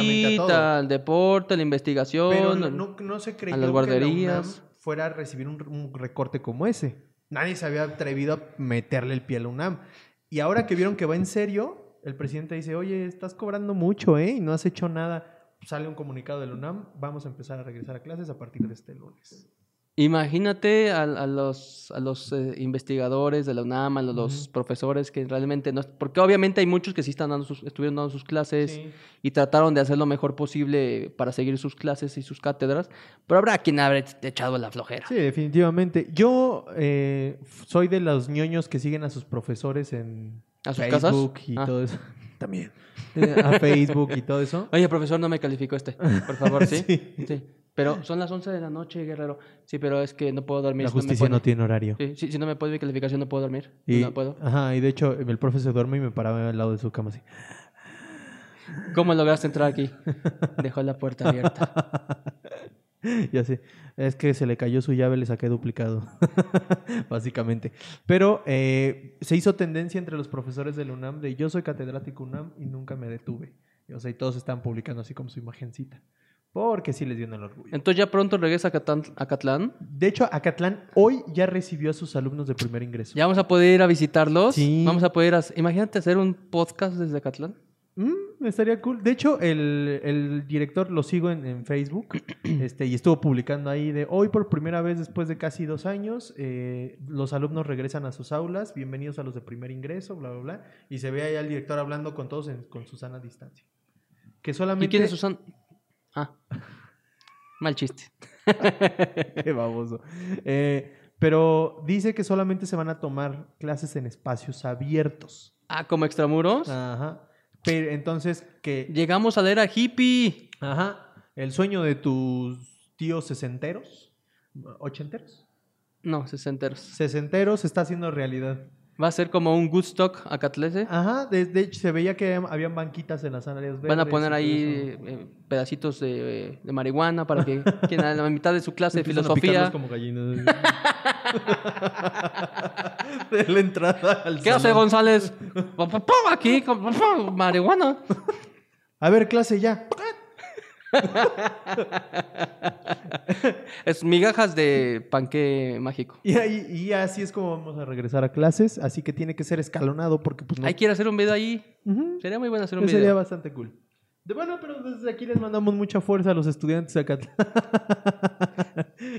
Speaker 1: CONACYT,
Speaker 3: todo.
Speaker 1: al deporte, a la investigación.
Speaker 3: Pero no, no- no se creyó que la UNAM
Speaker 1: guarderías.
Speaker 3: fuera a recibir un, un recorte como ese. Nadie se había atrevido a meterle el pie a la UNAM. Y ahora que vieron que va en serio, el presidente dice, oye, estás cobrando mucho, ¿eh? Y no has hecho nada. Sale un comunicado de la UNAM, vamos a empezar a regresar a clases a partir de este lunes.
Speaker 1: Imagínate a, a los, a los eh, investigadores de la UNAM, a los,
Speaker 3: Ujú.
Speaker 1: profesores que realmente no... Porque obviamente hay muchos que sí están dando sus- estuvieron dando sus clases
Speaker 3: Sí.
Speaker 1: y trataron de hacer lo mejor posible para seguir sus clases y sus cátedras, pero habrá quien habrá echado la flojera.
Speaker 3: Sí, definitivamente. Yo eh, f- soy de los ñoños que siguen a sus profesores en
Speaker 1: ¿A sus casas?
Speaker 3: Facebook y
Speaker 1: Ah.
Speaker 3: todo eso. También. Eh, A Facebook y todo eso.
Speaker 1: Oye, profesor, no me calificó este, por favor, ¿sí?
Speaker 3: Sí.
Speaker 1: Sí. Pero son las 11 de la noche, guerrero. Sí, pero es que no puedo dormir.
Speaker 3: La
Speaker 1: si no me
Speaker 3: justicia no
Speaker 1: pone-
Speaker 3: tiene horario.
Speaker 1: Sí, sí, si no me puedo mi calificación, no puedo dormir.
Speaker 3: Y,
Speaker 1: No puedo.
Speaker 3: Ajá, y de hecho el profe se duerme y me paraba al lado de su cama así.
Speaker 1: ¿Cómo lograste entrar aquí? Dejó la puerta abierta.
Speaker 3: Y así, es que se le cayó su llave, le saqué duplicado, básicamente. Pero eh, se hizo tendencia entre los profesores del UNAM de yo soy catedrático UNAM y nunca me detuve. Y, O sea, y todos estaban publicando así como su imagencita. Porque sí les dio el orgullo.
Speaker 1: Entonces ya pronto regresa a, Catán- a Catlán.
Speaker 3: De hecho, Acatlán hoy ya recibió a sus alumnos de primer ingreso.
Speaker 1: Ya vamos a poder ir a visitarlos.
Speaker 3: Sí.
Speaker 1: Vamos a poder... hacer- Imagínate hacer un podcast desde Catlán.
Speaker 3: Mm, estaría cool. De hecho, el, el director lo sigo en, en Facebook este, y estuvo publicando ahí de hoy por primera vez después de casi dos años, eh, los alumnos regresan a sus aulas, bienvenidos a los de primer ingreso, bla, bla, bla. Y se ve ahí al director hablando con todos en- con Susana a distancia. Que solamente...
Speaker 1: ¿Y quién es Susan? Ah. Mal chiste.
Speaker 3: Qué baboso. Eh, pero dice que solamente se van a tomar clases en espacios abiertos.
Speaker 1: Ah, como extramuros.
Speaker 3: Ajá. Pero entonces que...
Speaker 1: Llegamos a la era hippie.
Speaker 3: Ajá. El sueño de tus tíos sesenteros, ochenteros,
Speaker 1: No, sesenteros.
Speaker 3: sesenteros se está haciendo realidad.
Speaker 1: Va a ser como un Woodstock a Catlese.
Speaker 3: Ajá, de, de hecho se veía que habían banquitas en las áreas verdes.
Speaker 1: Van a poner
Speaker 3: y
Speaker 1: ahí
Speaker 3: todo eso.
Speaker 1: eh, pedacitos de, de marihuana para que quien a la mitad de su clase de
Speaker 3: Empiezan a
Speaker 1: filosofía.
Speaker 3: picarlos como gallinas. de la entrada al
Speaker 1: ¿Qué hace
Speaker 3: salón.
Speaker 1: González? Pum, pum, pum, Aquí, con- pum, pum, marihuana.
Speaker 3: A ver, clase ya.
Speaker 1: Es migajas de panque mágico.
Speaker 3: Y, ahí- y así es como vamos a regresar a clases, así que tiene que ser escalonado porque pues no...
Speaker 1: Hay que ir a hacer un video ahí.
Speaker 3: Ujú.
Speaker 1: Sería muy bueno hacer un
Speaker 3: Sería
Speaker 1: video.
Speaker 3: bastante cool. De- bueno, pero desde aquí les mandamos mucha fuerza a los estudiantes de Acatlán.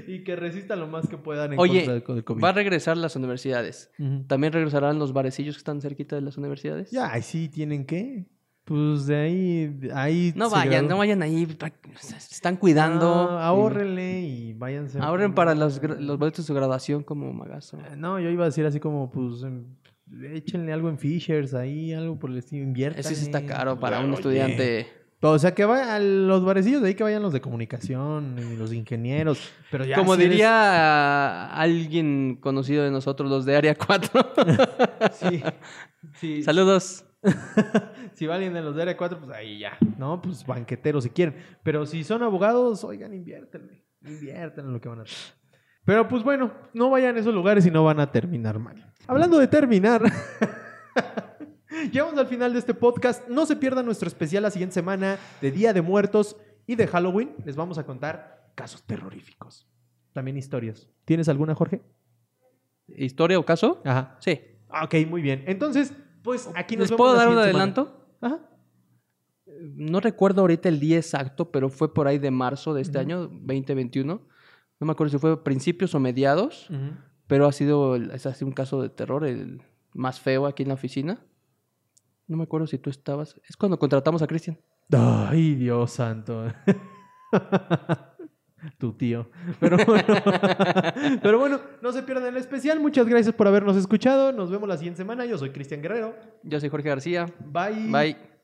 Speaker 3: y que resistan lo más que puedan en
Speaker 1: Oye,
Speaker 3: contra del- del COVID.
Speaker 1: Va a regresar las universidades.
Speaker 3: Ujú.
Speaker 1: También regresarán los barecillos que están cerquita de las universidades.
Speaker 3: Ya, ahí sí, ¿tienen que Pues de ahí... de ahí
Speaker 1: No
Speaker 3: se
Speaker 1: vayan,
Speaker 3: graduó.
Speaker 1: no vayan ahí. pa- Se están cuidando.
Speaker 3: No, ahorrenle y váyanse. a- Eh,
Speaker 1: Ahorren para los, gra- los boletos de su graduación como magazo.
Speaker 3: No, yo iba a decir así como, pues, em, échenle algo en Fishers ahí, algo por el estilo, inviertan. Pues,
Speaker 1: Eso sí está caro para un estudiante.
Speaker 3: O sea, que vayan a los barecillos de ahí, que vayan los de comunicación y los ingenieros. Pero ya
Speaker 1: Como
Speaker 3: si eres-
Speaker 1: diría alguien conocido de nosotros, los de Área 4.
Speaker 3: Sí, sí,
Speaker 1: Saludos.
Speaker 3: si va alguien de los de área 4, pues ahí ya, ¿no? Pues banqueteros si quieren. Pero si son abogados, oigan, inviértenle. Invierten en lo que van a hacer. Pero pues bueno, no vayan a esos lugares y no van a terminar mal. Hablando de terminar. Llegamos al final de este podcast. No se pierdan nuestro especial la siguiente semana de Día de Muertos y de Halloween. Les vamos a contar casos terroríficos. También historias. ¿Tienes alguna, Jorge?
Speaker 1: ¿Historia o caso?
Speaker 3: Ajá.
Speaker 1: Sí.
Speaker 3: Ah, Ok, muy bien. Entonces, pues aquí nos
Speaker 1: ¿Les
Speaker 3: vemos
Speaker 1: puedo
Speaker 3: la
Speaker 1: dar un
Speaker 3: siguiente semana.
Speaker 1: adelanto? Eh,
Speaker 3: Ajá.
Speaker 1: No recuerdo ahorita el día exacto, pero fue por ahí de marzo de este
Speaker 3: Ujú.
Speaker 1: año, 2021. No me acuerdo si fue principios o mediados,
Speaker 3: Ujú.
Speaker 1: pero ha sido, el- es así un caso de terror, el más feo aquí en la oficina. No me acuerdo si tú estabas. Es cuando contratamos a Cristian.
Speaker 3: Ay, Dios santo. tu tío. Pero bueno, pero bueno, no se pierdan el especial. Muchas gracias por habernos escuchado. Nos vemos la siguiente semana. Yo soy Cristian Guerrero.
Speaker 1: Yo soy Jorge García.
Speaker 3: Bye.
Speaker 1: Bye.